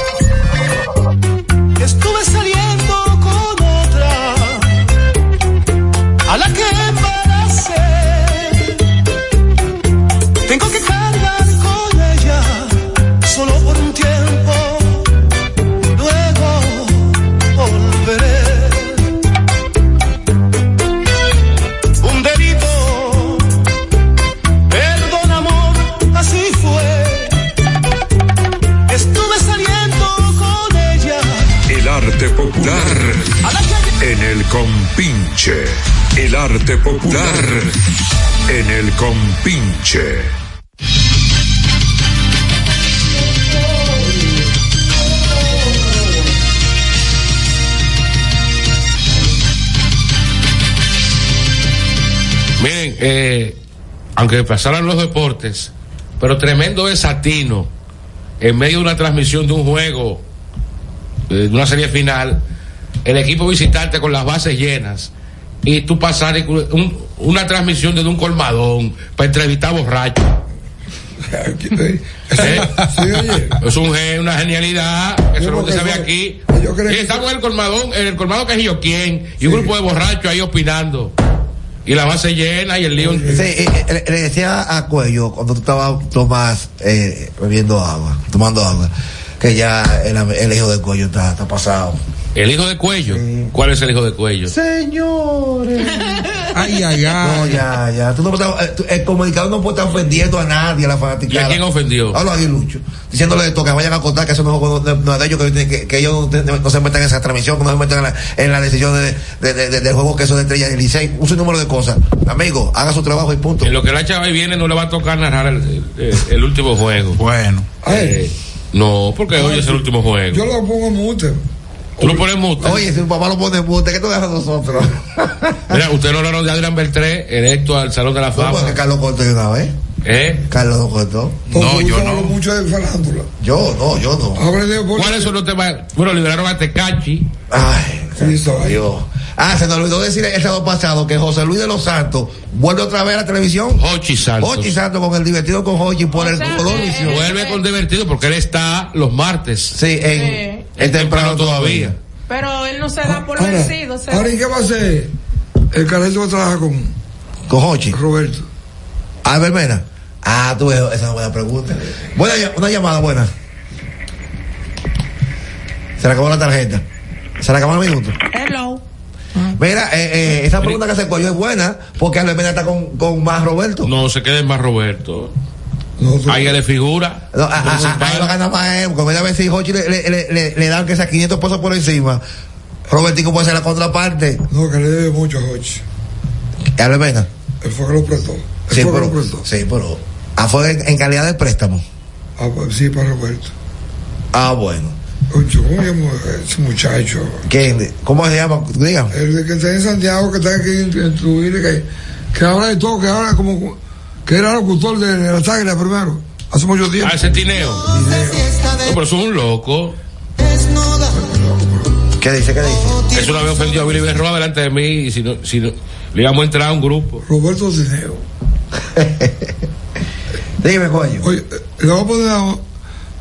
S11: Estuve saliendo con otra, a la que embaracé. Tengo que cargar con ella, solo por un tiempo. Luego volveré. Un delito, perdón amor, así fue. Estuve saliendo con ella.
S7: El arte popular en el compinche. El arte popular en el compinche.
S1: Miren, eh, aunque pasaran los deportes, pero tremendo desatino en medio de una transmisión de un juego, eh, de una serie final, el equipo visitante con las bases llenas y tú pasar y cu- un- una transmisión desde un colmadón para entrevistar borracho. Eh, Es un gen- una genialidad, eso es lo que se ve aquí. Y estamos en el colmadón, en el colmado que es yo quién, y un grupo de borrachos ahí opinando. Y la base llena y el lío.
S3: Sí, eh, eh, le, le decía a Cuello cuando tú estabas Tomás eh, bebiendo agua, tomando agua, que ya el, el hijo de Cuello está, está pasado.
S1: El hijo de cuello. ¿Cuál es el hijo de cuello?
S3: Señores.
S5: Ay, ay, ay.
S3: No, ya, ya. Tú no puedes estar- eh, tú- el comunicador no puede estar ofendiendo a nadie, a la
S1: ¿Y
S3: fanática.
S1: a quién ofendió?
S3: A los aguiluchos. Diciéndole esto, que vayan a contar que eso no, no- no es de ellos, que, tienen que- que ellos no, no- no se metan en esa transmisión, que no se metan en la, en la decisión de, de- de- de- del juego que eso de estrellas y Licey. Un sinnúmero de cosas. Amigo, haga su trabajo y punto.
S1: En lo que la chava ahí viene no le va a tocar narrar el, el- el último juego. Eh,
S5: Bueno.
S1: no, porque hoy es el último juego.
S2: Yo lo pongo mute.
S1: Tú lo pones mute.
S3: Oye, si tu papá lo pone en mute, ¿qué tú dejas a nosotros?
S1: Mira, ustedes no hablaron de Adrián Beltré, electo al Salón de la
S3: No,
S1: Fama.
S3: porque Carlos cortó de una vez.
S1: ¿Eh?
S3: Carlos no cortó.
S1: No, yo no.
S2: Mucho de farándula.
S3: Yo no, yo no.
S1: ¿Cuáles son los temas? Bueno, liberaron a Tecachi.
S3: Ay, Dios. Ah, se nos olvidó decir el sábado pasado que José Luis de los Santos vuelve otra vez a la televisión.
S1: Hochi Santos.
S3: Hochi Santos con el divertido con Hochi por el color visión.
S1: Vuelve con divertido porque él está los martes.
S3: Sí, en,
S1: es temprano todavía.
S4: Eh, Pero él no se da por
S2: Ahora,
S4: vencido. se-
S2: ahora, ¿y qué va a hacer el carrito que trabaja con,
S3: con Hochi?
S2: Roberto.
S3: Albert Mena. Ah, tú, esa es una buena pregunta. Buena ll- una llamada buena. Se le acabó la tarjeta. Se le acabó el minuto.
S4: Hello.
S3: Mira, eh, eh, esa pregunta que se cogió es buena porque Albert Mena está con, con más Roberto.
S1: No se quede más Roberto. Ahí él le figura.
S3: No,
S2: ah,
S3: a-
S1: Ah,
S3: a- a- ahí va a ganar más él, porque mira a ver si Hochi le, le, le- le- le dan que sea 500 pesos por encima. Robertico puede ser la contraparte.
S2: No, que le debe mucho a Hochi.
S3: Albert Mena.
S2: Él fue que lo prestó. Él
S3: Sí,
S2: fue que
S3: pero,
S2: lo prestó.
S3: sí, pero ah, fue en, en calidad de préstamo.
S2: Ah, pues, sí, para Roberto.
S3: Ah, bueno.
S2: Concho, ¿cómo llamo a ese muchacho?
S3: ¿Quién? ¿Cómo se llama? Dígame.
S2: El que está en Santiago, que está aquí en, en Trujillo, que, que habla de todo, que habla como. que era locutor de, de las águilas primero. Hace mucho tiempo.
S1: Ah, ese tineo. No, pero eso es un loco.
S3: ¿Qué dice? ¿Qué dice?
S1: Eso lo había ofendido a Billy Berroa delante de mí. Y si no, si no, le íbamos a entrar a un grupo.
S2: Roberto Tineo.
S3: Dime, coño.
S2: Oye, eh, le voy a poner. a-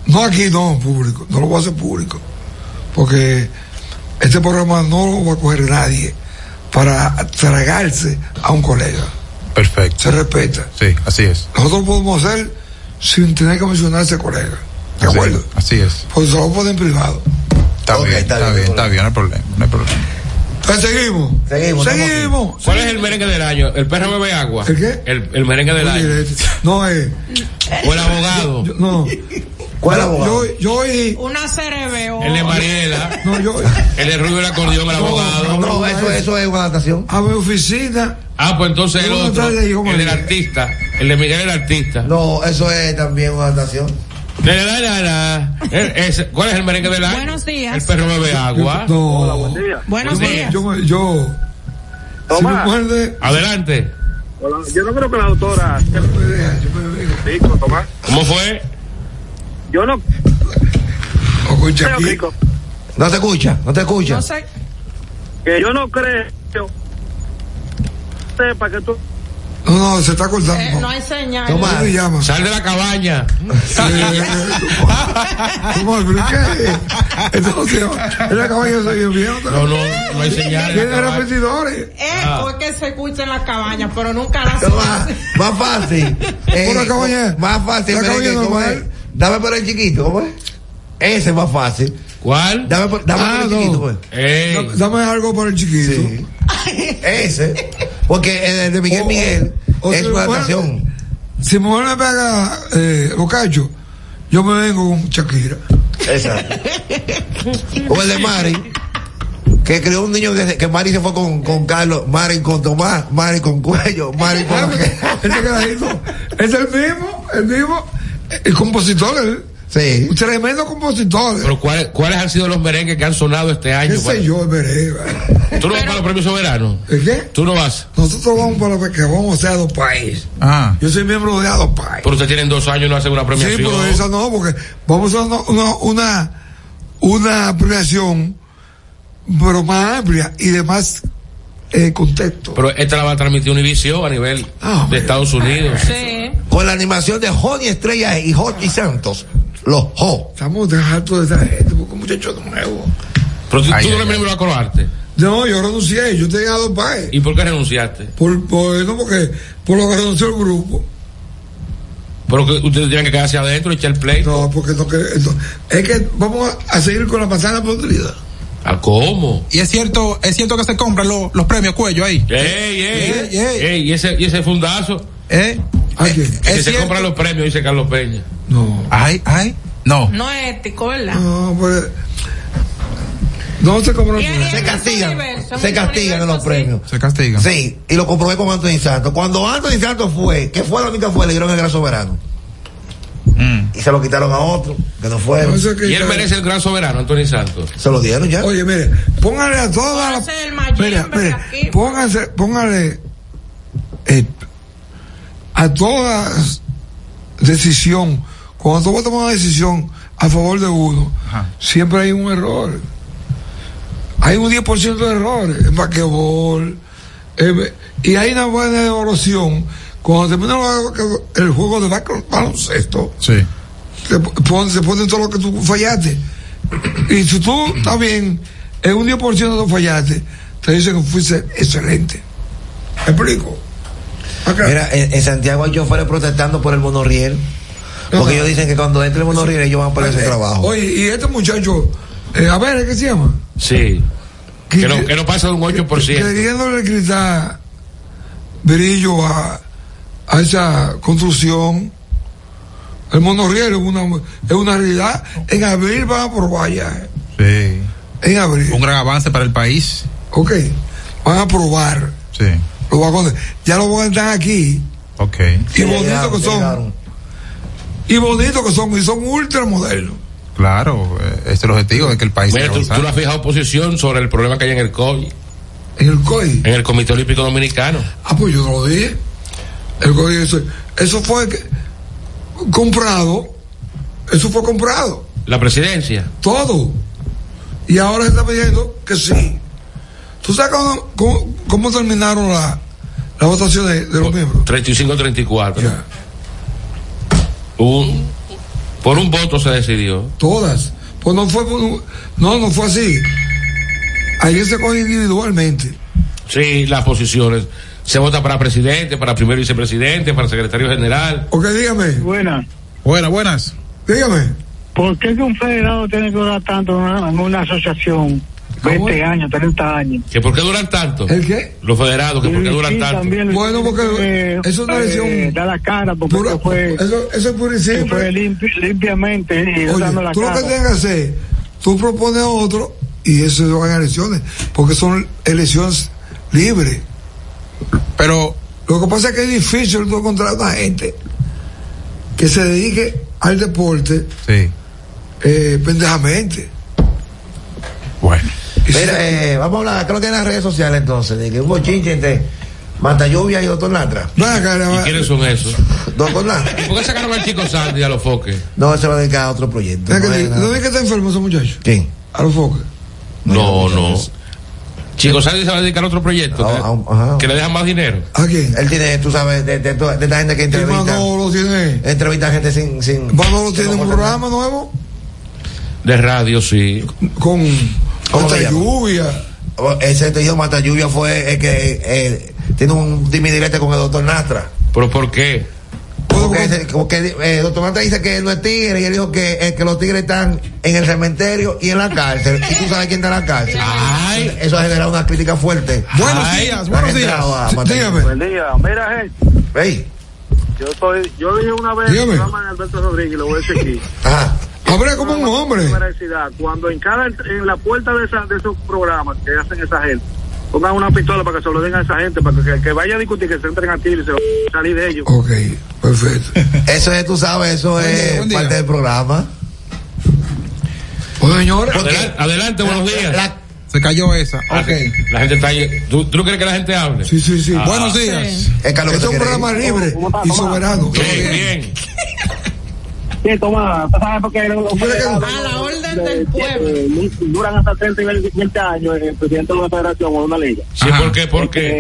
S2: no aquí, no, público. No lo voy a hacer público. Porque este programa no lo va a coger nadie para tragarse a un colega.
S5: Perfecto.
S2: Se respeta.
S5: Sí, así es.
S2: Nosotros podemos hacer sin tener que mencionar a ese colega. ¿De acuerdo?
S5: Así es.
S2: Pues se lo ponen privado.
S5: Está bien, está, bien, está bien, no hay problema, no hay problema.
S2: Entonces seguimos.
S3: Seguimos.
S2: Seguimos.
S1: ¿Cuál es el merengue del año? ¿El perro bebe agua?
S2: ¿El qué?
S1: El, el merengue del año.
S2: No, eh.
S1: ¿O el abogado?
S2: No.
S3: ¿Cuál
S2: abogado? Yo, yo oí.
S4: Una cerebeo.
S1: El de Mariela.
S2: No, yo. Ah,
S1: El de Rubio el acordeón, el abogado.
S3: No, eso, eso es una adaptación.
S2: A mi pues, oficina.
S1: Ah, pues entonces el
S3: No, no,
S1: otro.
S3: no, no, no, no,
S1: El del
S3: no.
S1: artista. El de Miguel el artista.
S3: No, eso es también una adaptación.
S1: Le, le, le, le, le. Eh, ese- ¿Cuál es el merengue del año?
S4: Buenos
S1: El
S4: días.
S1: perro bebe agua.
S2: No.
S4: Buenos
S2: Yo me-
S4: días.
S2: Yo. me- yo si me muerde.
S1: Adelante.
S6: Yo no creo que la doctora. Rico, Tomás.
S1: ¿Cómo fue?
S6: Yo no.
S2: Escucha
S6: aquí. Rico,
S3: No te escucha, no te escucha.
S4: No sé.
S6: que yo no creo. Sepa que tú.
S2: No, no, se está cortando.
S4: Eh, no hay señal. Eh,
S2: ¿Cómo se llama?
S1: Sal de la cabaña.
S2: eh, Tomás, pero ¿qué? Entonces, en la cabaña se vio bien.
S1: No, no, no hay señal. en la
S2: Tiene
S1: cabaña.
S2: repetidores.
S4: Eh,
S1: Ah.
S4: porque se escucha en las cabañas, pero nunca las
S3: Más, más fácil.
S2: Una cabaña.
S3: Más fácil.
S2: Una
S3: merengue,
S2: cabaña
S3: ¿cómo
S2: normal.
S3: es? Dame por el chiquito, ¿cómo es? Ese es más fácil.
S1: ¿Cuál?
S3: Dame por, dame
S2: Ah,
S3: por el
S2: no.
S3: chiquito, pues.
S1: Ey.
S2: Dame- Dame algo para el chiquito.
S3: Ese. Porque el de Miguel
S2: O-
S3: Miguel
S2: o
S3: es
S2: si
S3: una
S2: oh, me muerde-
S3: adaptación.
S2: Si mi mujer me pega eh, bocacho, yo me vengo con Shakira.
S3: Exacto. o el de Mari. Que creó un niño que, que Mari se fue con, con Carlos, Mari con Tomás, Mari con Cuello, Mari con lo que.
S2: Ah, Ese carajito es el mismo, el mismo, el compositor, el-
S3: Sí.
S2: un tremendo compositor. ¿eh?
S1: Pero ¿cuál- ¿cuáles han sido los merengues que han sonado este
S2: ¿Qué
S1: año?
S2: sé yo, Eh, veré?
S1: ¿Tú no vas para los premios soberanos?
S2: ¿El ¿eh? qué?
S1: ¿Tú no vas?
S2: Nosotros vamos para que vamos a ser País.
S5: Ah,
S2: Yo soy miembro de Adopay.
S1: Pero ustedes tienen dos años y no hacen una
S2: Sí,
S1: premiación.
S2: pero esa no, porque vamos a hacer una, una, una premiación, pero más amplia y de más eh, contexto.
S1: Pero esta la va a transmitir Univision a nivel
S2: Ah,
S1: de Estados Unidos.
S4: Sí.
S3: Con la animación de Johnny Estrella y Jorge Santos. Los Jo.
S2: Estamos de hartos de esa gente, porque muchachos nuevos.
S1: Pero tú,
S5: Ay,
S1: tú no
S5: ay,
S1: eres
S5: ay.
S1: miembro de Acroarte.
S2: No, yo renuncié, yo tenía dos países.
S1: ¿Y por qué renunciaste?
S2: Por, por- no, porque, por lo que renunció el grupo.
S1: Pero que ustedes tienen que quedarse adentro y echar play.
S2: No, porque no, que, no. es que vamos a, a seguir con la manzana podrida.
S1: ¿A cómo?
S5: y es cierto, es cierto que se compran lo- los premios cuello ahí.
S1: ¡Ey, ey!
S5: Ey, ey.
S1: ¡Ey! ¿Y ese, y ese fundazo?
S5: ¿Eh?
S2: ¿A quién?
S1: Que
S5: Es
S1: se
S5: cierto.
S1: compran los premios, dice Carlos Peña.
S2: No,
S5: Ay, ay, no.
S4: No es ético, ¿verdad?
S2: no, pues. No se compró
S4: Y ahí
S2: nada.
S3: Se
S4: en
S3: castigan,
S4: ese universo, en
S3: se
S4: ese
S3: castigan en
S4: universo,
S3: los premios.
S5: Se castiga.
S3: Sí, y lo comprobé con Anthony Santos. Cuando Anthony Santos fue, que fue la única que fue, le dieron el gran soberano.
S5: Mm.
S3: Y se lo quitaron a otro, que no fueron.
S2: Entonces, que-
S1: Y él merece el gran soberano, Anthony Santos.
S3: Se lo dieron ya.
S2: Oye, mire, póngale a todas las.
S4: Póngase el Mayimbe
S2: Mira, mira,
S4: aquí.
S2: póngase, póngale eh, a todas decisión. Cuando tú vas a tomar una decisión a favor de uno,
S5: Ajá.
S2: siempre hay un error. hay un 10% de errores en basquetbol. eh, y hay una buena evaluación. Cuando termina lo- el juego de basque- baloncesto,
S5: Sí.
S2: se ponen todo lo que tú fallaste. Y si tú estás bien, en un 10% no fallaste, te dicen que fuiste excelente. ¿Me explico?
S3: Mira, en, en Santiago hay choferes protestando por el monorriel. Porque ellos dicen que cuando entre el monorriel ellos van a perder su trabajo.
S2: Oye, y este muchacho, eh, a ver, ¿qué se llama?
S1: Sí. Que no, que no pasa de un 8%.
S2: Queriéndole gritar brillo a, a esa construcción. El monorriel es una, es una realidad. En abril van a probar ya. eh.
S5: Sí.
S2: En abril.
S5: Un gran avance para el país.
S2: Ok. Van a probar
S5: Sí.
S2: los vagones. Ya los vagones están aquí.
S5: Ok.
S2: Y bonitos que son. Y bonitos que son. Y son ultramodelos.
S5: Claro, eh, este es el objetivo de que el país
S1: Mira,
S5: siga
S1: tú, tú
S5: avanzando.
S1: no has fijado posición sobre el problema que hay en el COI.
S2: ¿En el COI?
S1: En el Comité Olímpico Dominicano.
S2: Ah, pues yo lo dije. El gobierno, eso, eso fue que- comprado. Eso fue comprado.
S1: La presidencia.
S2: Todo. Y ahora se está pidiendo que sí. ¿Tú sabes cómo, cómo- cómo terminaron la- las votaciones de
S1: Pues-
S2: los miembros?
S1: 35-34. Un- por un voto se decidió.
S2: Todas. Pues no fue, no, no fue así. Ayer se coge individualmente.
S1: Sí, las posiciones. Se vota para presidente, para primer vicepresidente, para secretario general.
S2: Ok, dígame.
S10: Buenas.
S5: Buenas, buenas.
S2: Dígame.
S10: ¿Por qué que un federado tiene que durar tanto en una, en una asociación? 20 años, 30 años.
S1: ¿Que ¿Por qué duran tanto?
S10: ¿El qué?
S1: Los federados, que ¿por qué duran
S10: Sí,
S1: tanto?
S10: también,
S2: Bueno, porque eso es una lesión.
S10: Eh, da la cara, porque
S2: Pura-
S10: eso fue.
S2: Eso, eso es pura y simple.
S10: Fue limpi- limpiamente y
S2: Oye,
S10: dando la
S2: tú
S10: cara.
S2: lo que tienes que hacer, tú propones otro y eso se van a elecciones, porque son elecciones libres.
S5: Pero
S2: lo que pasa es que es difícil tú encontrar una gente que se dedique al deporte
S5: Sí.
S2: eh, pendejamente.
S3: Mira, eh, vamos a hablar, creo que en las redes sociales entonces, de que hubo chinche entre Mata Lluvia y Doctor Latra.
S1: ¿Y quiénes son esos?
S3: Doctor Latra.
S1: ¿Y ¿Por qué sacaron al chico Sandy a los foques?
S3: No, se va a dedicar a otro proyecto.
S1: Mira que te-
S2: ¿No ves que está enfermo ese muchacho?
S3: ¿Quién?
S2: A los focos.
S1: No, no. Chico Sandy se va a dedicar a otro proyecto. ¿no? Que le dejan más dinero.
S2: ¿A quién?
S3: Él tiene, tú sabes, de, de, de esta gente que entrevista.
S2: Manolo tiene.
S3: Entrevista gente sin. sin
S2: Manolo tiene un programa nuevo
S1: De radio, sí.
S2: con
S3: Mata
S2: Lluvia.
S3: Ese te dijo Mata Lluvia fue el que eh, tiene un dimi directo con el Doctor Nastra.
S1: ¿Pero por qué?
S3: Porque, ese- como que, eh, el doctor Nastra dice que él no es tigre y él dijo que, eh, que los tigres están en el cementerio y en la cárcel. Y tú sabes quién está en la cárcel. Eso ha generado una crítica fuerte.
S5: Buenos
S3: días, buenos días.
S6: Buen día. Mira, gente. Yo, estoy, yo dije una vez en el
S3: Dígame.
S6: programa de Alberto Rodríguez, lo voy a decir aquí.
S2: Habrá como un hombre.
S6: Universidad, cuando en cada en la puerta de, esa, de esos programas que hacen esa gente, pongan una pistola para que se lo den a esa gente, para que el que vaya a discutir, que se entren a tiro y se lo salir de ellos.
S2: Ok, perfecto.
S3: Eso es, tú sabes, eso es parte del programa.
S2: Pues señores,
S1: Adelante, adelante, buenos días.
S5: Se cayó esa.
S1: Ah, La gente está ahí. ¿Tú, tú no quieres que la gente hable?
S2: Sí, sí,
S1: Ah.
S2: sí.
S5: Buenos días.
S3: Es
S2: Este es un programa libre y soberano.
S1: Bien, bien.
S10: Sí, toma, ¿tú sabes por qué los los federados
S4: A la orden
S10: de-
S4: del pueblo.
S10: eh, duran hasta 30 y 20 años en el presidente de una federación o de una liga?
S1: Sí, ¿por qué? ¿Por qué?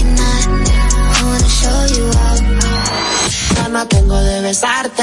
S12: it or not. I wanna show you out.
S13: Gana tengo de besarte.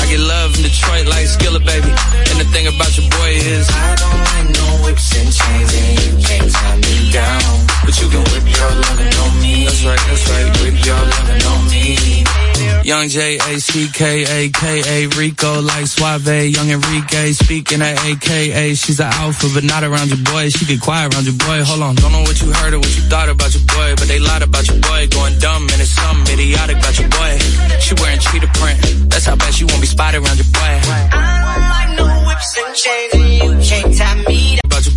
S14: get love in Detroit like Skillet, baby. And the thing about your boy is, I don't like no whips and chains, and you can't tie me down. But you can whip your lovin' on me. That's right, that's right. Whip your lovin' on me. Young J A C K A K A Rico like Suave, Young Enrique speaking at AKA. She's an alpha, but not around your boy. She get quiet around your boy. Hold on, don't know what you heard or what you thought about your boy, but they lied about your boy. Going dumb and it's something idiotic about your boy. She wearing cheetah print, that's how bad she won't be spotted around your boy.